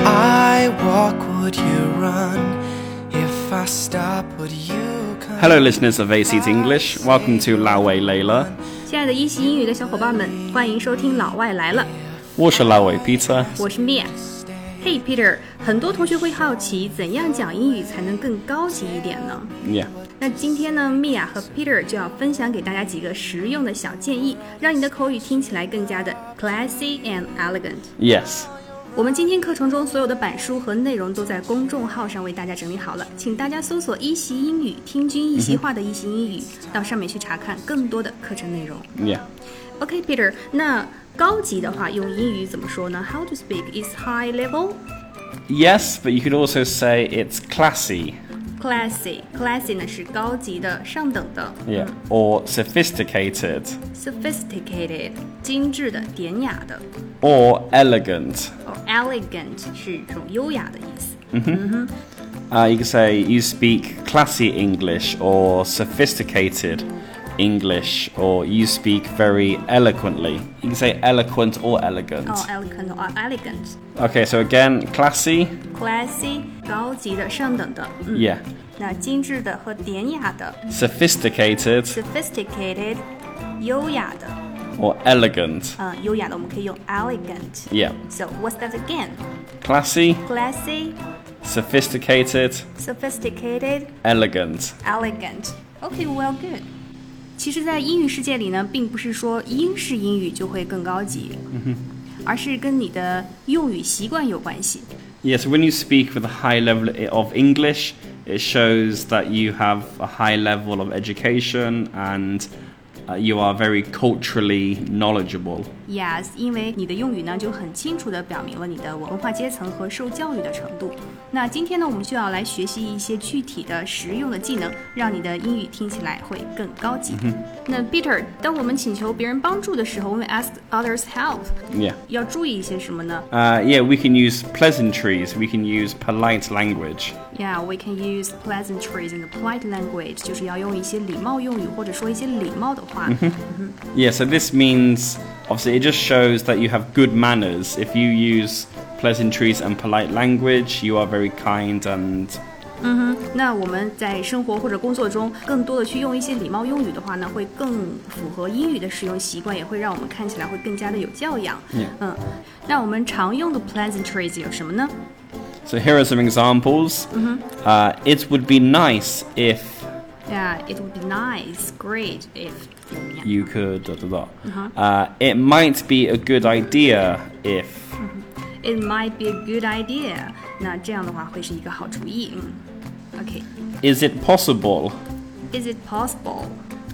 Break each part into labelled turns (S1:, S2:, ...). S1: I walk, would you run? If I stop, would you come?
S2: Hello, listeners of AC's English. Welcome to Lao Wei Layla.
S3: 亲爱的一席英语的小伙伴们，欢迎收听《老外来了》，
S2: Water Lao Wei Pizza.
S3: 我是 Mia。Hey Peter，很多同学会好奇，怎样讲英语才能更高级一点呢？
S2: Yeah.
S3: 那今天呢，Mia 和 Peter 就要分享给大家几个实用的小建议，让你的口语听起来更加的 classy and elegant。
S2: Yes.
S3: 我们今天课程中所有的板书和内容都在公众号上为大家整理好了，请大家搜索“一席英语”，听君一席话的一席英语，到上面去查看更多的课程内容。
S2: Yeah.
S3: OK，Peter，、那高级的话用英语怎么说呢？How to speak is high level,
S2: Yes, but you could also say it's classy.
S3: classy. Classy 呢是高级的、上等的
S2: Yeah. Or sophisticated.
S3: ，sophisticated 精致的、典雅的
S2: Or elegant.
S3: o elegant 是这种优雅的意思。
S2: Uh, you could say you speak classy English or sophisticated English, or you speak very eloquently. You can say eloquent or elegant.
S3: 哦、elegant or elegant,
S2: Okay, so again, classy.
S3: classy 高级的、上等的，嗯，
S2: Yeah.
S3: 那精致的和典雅的
S2: Sophisticated
S3: ，sophisticated 优雅的，
S2: or elegant.
S3: 嗯、优雅的我们可以用 elegant。
S2: Yeah.
S3: So what's that again?
S2: Classy,
S3: Classy,
S2: sophisticated,
S3: sophisticated,
S2: elegant.
S3: elegant. Okay, well, good. 其实，在英语世界里呢，并不是说英式英语就会更高级，而是跟你的用语习惯有关系。
S2: Yeah, so when you speak with a high level i- of English, it shows that you have a high level of education and uh, you are very culturally knowledgeable.
S3: Yes，因为你的用语呢就很清楚地表明了你的文化阶层和受教育的程度。那今天呢，我们就要来学习一些具体的实用的技能，让你的英语听起来会更高级。那 Peter，当我们请求别人帮助的时候，我们 ask others help，
S2: Yeah.
S3: 要注意一些什么呢
S2: Uh, yeah, we can use pleasantries, we can use polite language.
S3: Yeah, we can use pleasantries in the polite language，就是要用一些礼貌用语或者说一些礼貌的话。
S2: Yeah, so this means obviously it just shows that you have good manners. If you use pleasantries and polite language, you are very kind and
S3: 那我们在生活或者工作中更多的去用一些礼貌用语的话呢，会更符合英语的使用习惯，也会让我们看起来会更加的有教养。
S2: Yeah.
S3: 嗯，那我们常用的 pleasantries 有什么呢
S2: So here are some examples. Uh, it would be nice if
S3: ？Yeah，it would be nice, great if 怎么样
S2: you could. Da, da, da. Uh, it might be a good idea if.
S3: It might be a good idea。那这样的话会是一个好主意。嗯，OK。
S2: Is it possible?
S3: Is it possible?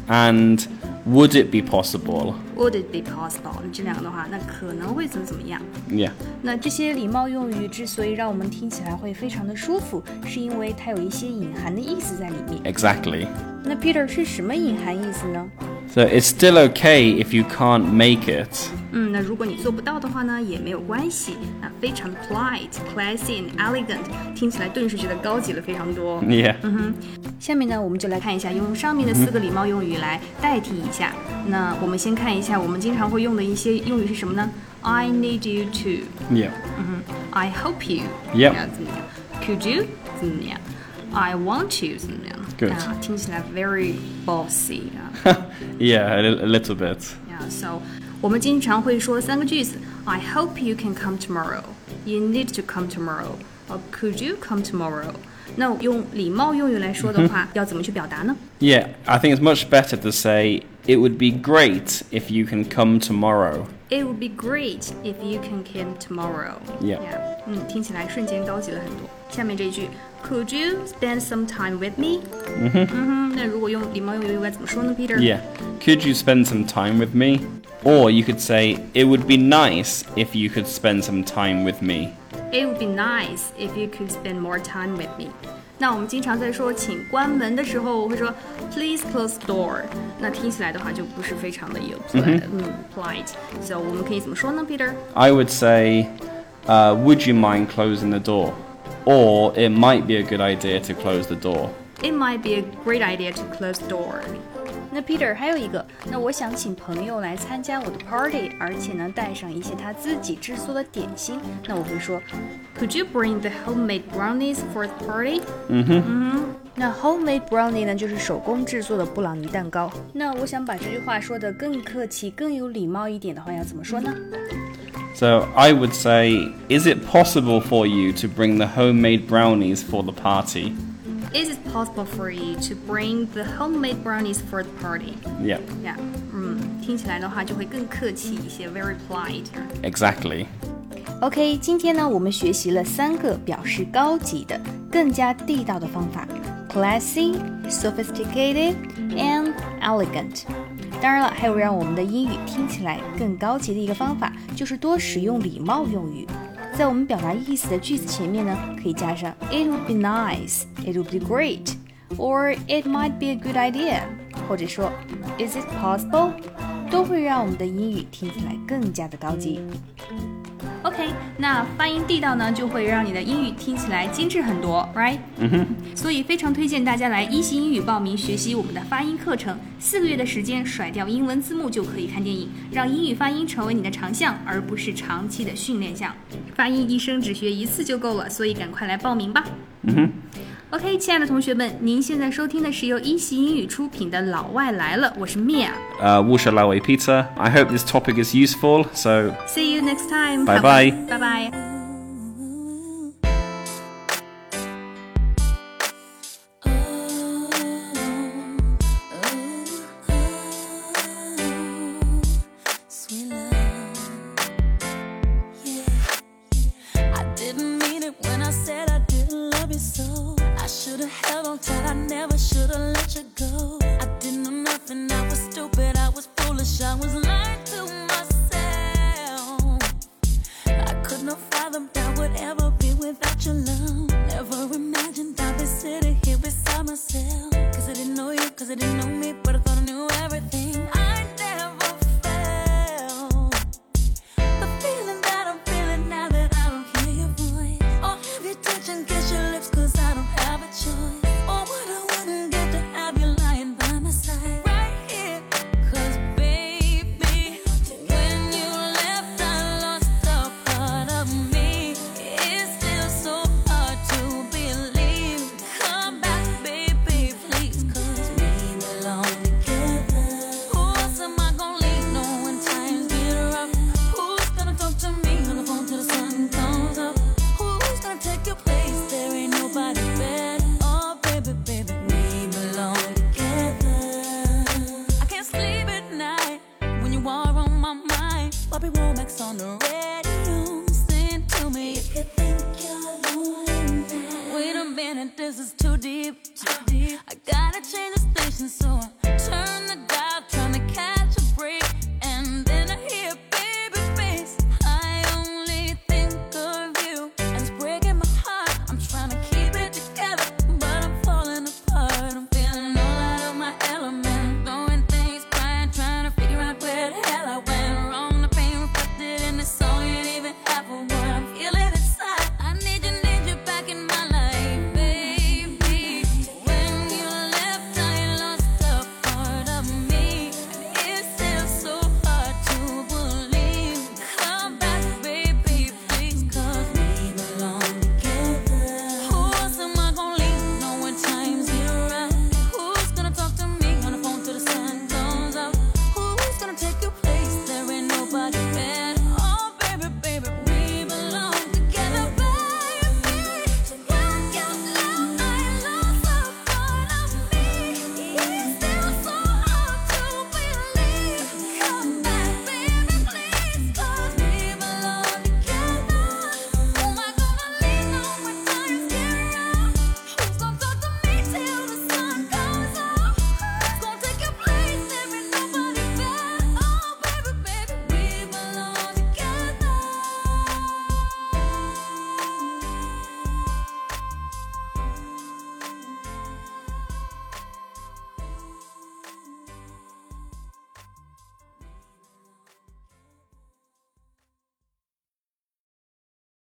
S2: And would it be possible?
S3: Would it be possible？这两个的话，那可能会怎么怎么样？
S2: Yeah.
S3: 那这些礼貌用语之所以让我们听起来会非常的舒服，是因为它有一些隐含的意思在里面。
S2: Exactly.
S3: 那 Peter 是什么隐含意思呢？
S2: So it's still okay if you can't make it.
S3: 嗯，那如果你做不到的话呢，也没有关系。那非常 polite、classy and elegant，听起来顿时觉得高级了非常多。
S2: Yeah.
S3: 下面呢，我们就来看一下用上面的四个礼貌用语来代替一下。那我们先看一下我们经常会用的一些用语是什么呢？I need you to。
S2: Yeah.
S3: I hope you
S2: Yep.
S3: 啊怎么样？Could you 怎么样？I want you 怎么样
S2: Good
S3: 啊，听起来 very bossy 啊
S2: Yeah. A, li- a little bit.
S3: 呀，so 我们经常会说三个句子：I hope you can come tomorrow. You need to come tomorrow. Or could you come tomorrow? 那用礼貌用语来说的 话，要怎么去表达呢？
S2: Yeah. I think it's much better to say it would be great if you can come tomorrow.
S3: It would be great if you can come tomorrow.
S2: Yeah.
S3: 嗯，听起来瞬间高级了很多。下面这一句，Could you spend some time with me？嗯哼，那如果用礼貌用语该怎么说呢，Peter？
S2: Mm-hmm. Yeah. Could you spend some time with me? Or you could say, it would be nice if you could spend some time with me.
S3: It would be nice if you could spend more time with me. 那我们经常在说请关门的时候，我会说 Please close door。那听起来的话就不是非常的有 polite，嗯，polite。So 我们可以怎么说呢，Peter？
S2: I would say, uh, would you mind closing the door? Or it might be a good idea to close the door.
S3: It might be a great idea to close door. 那那 Peter 还有一个，那我想请朋友来参加我的 party，而且呢带上一些他自己制作的点心。那我会说，Could you bring the homemade brownies for the party？那嗯 homemade brownie 呢，就是手工制作的布朗尼蛋糕。那我想把这句话说的更客气、更有礼貌一点的话，要怎么说呢？
S2: So I would say, is it possible for you to bring the homemade brownies for the party?
S3: Is it possible for you to bring the homemade brownies for the party?
S2: Yep,
S3: Yeah，嗯，听起来的话就会更客气一些，very polite。
S2: exactly.
S3: OK，今天呢，我们学习了三个表示高级的、更加地道的方法：classy、sophisticated and elegant。当然了，还有让我们的英语听起来更高级的一个方法，就是多使用礼貌用语。在我们表达意思的句子前面呢，可以加上 It would be nice, It would be great, or It might be a good idea，或者说 Is it possible，都会让我们的英语听起来更加的高级。OK，那发音地道呢，就会让你的英语听起来精致很多，right？嗯哼。所以非常推荐大家来一席英语报名学习我们的发音课程，四个月的时间甩掉英文字幕就可以看电影，让英语发音成为你的长项，而不是长期的训练项。发音一生只学一次就够了，所以赶快来报名吧。OK，亲爱的同学们，您现在收听的是由一席英语出品的《老外来了》，我是 Mia。
S2: Uh, Wushalawe Peter, I hope this topic is useful. So
S3: See you next time.
S2: Bye
S3: Have
S2: bye.
S3: fun. Bye bye.
S4: Sweet love, yeah. I didn't mean it when I said I didn't love you so. I should have held on tight. I never should have let you go. I didn't know nothing. I was stupid. I was foolish. I was lying to myself. I could not fathom that would ever be without your love. Never imagined I'd be sitting here beside myself. Cause I didn't know you, cause I didn't know me, but I thought I knew everything. I never felt the feeling that I'm feeling now that I don't hear your voice. Or have your touch and kiss your lips, cause I don't have a choice. Or what I wouldn't give to have you lying by my side. Right here, cause baby, when you left, I lost a part of me. It's still so hard to believe. Come back, baby, please, cause we belong together. Who else am I gonna leave? No one times get rough. Who's gonna talk to me on the phone till the sun comes up? Who's gonna take your place? There ain't nobody better. Oh, baby, baby, we belong together. I can't sleep at night when you are on my mind. Bobby Womack's on the radio. Sing to me if you think you're lonely now. Wait a minute, this is too deep. Too deep. I gotta change the station, so I turn Oh,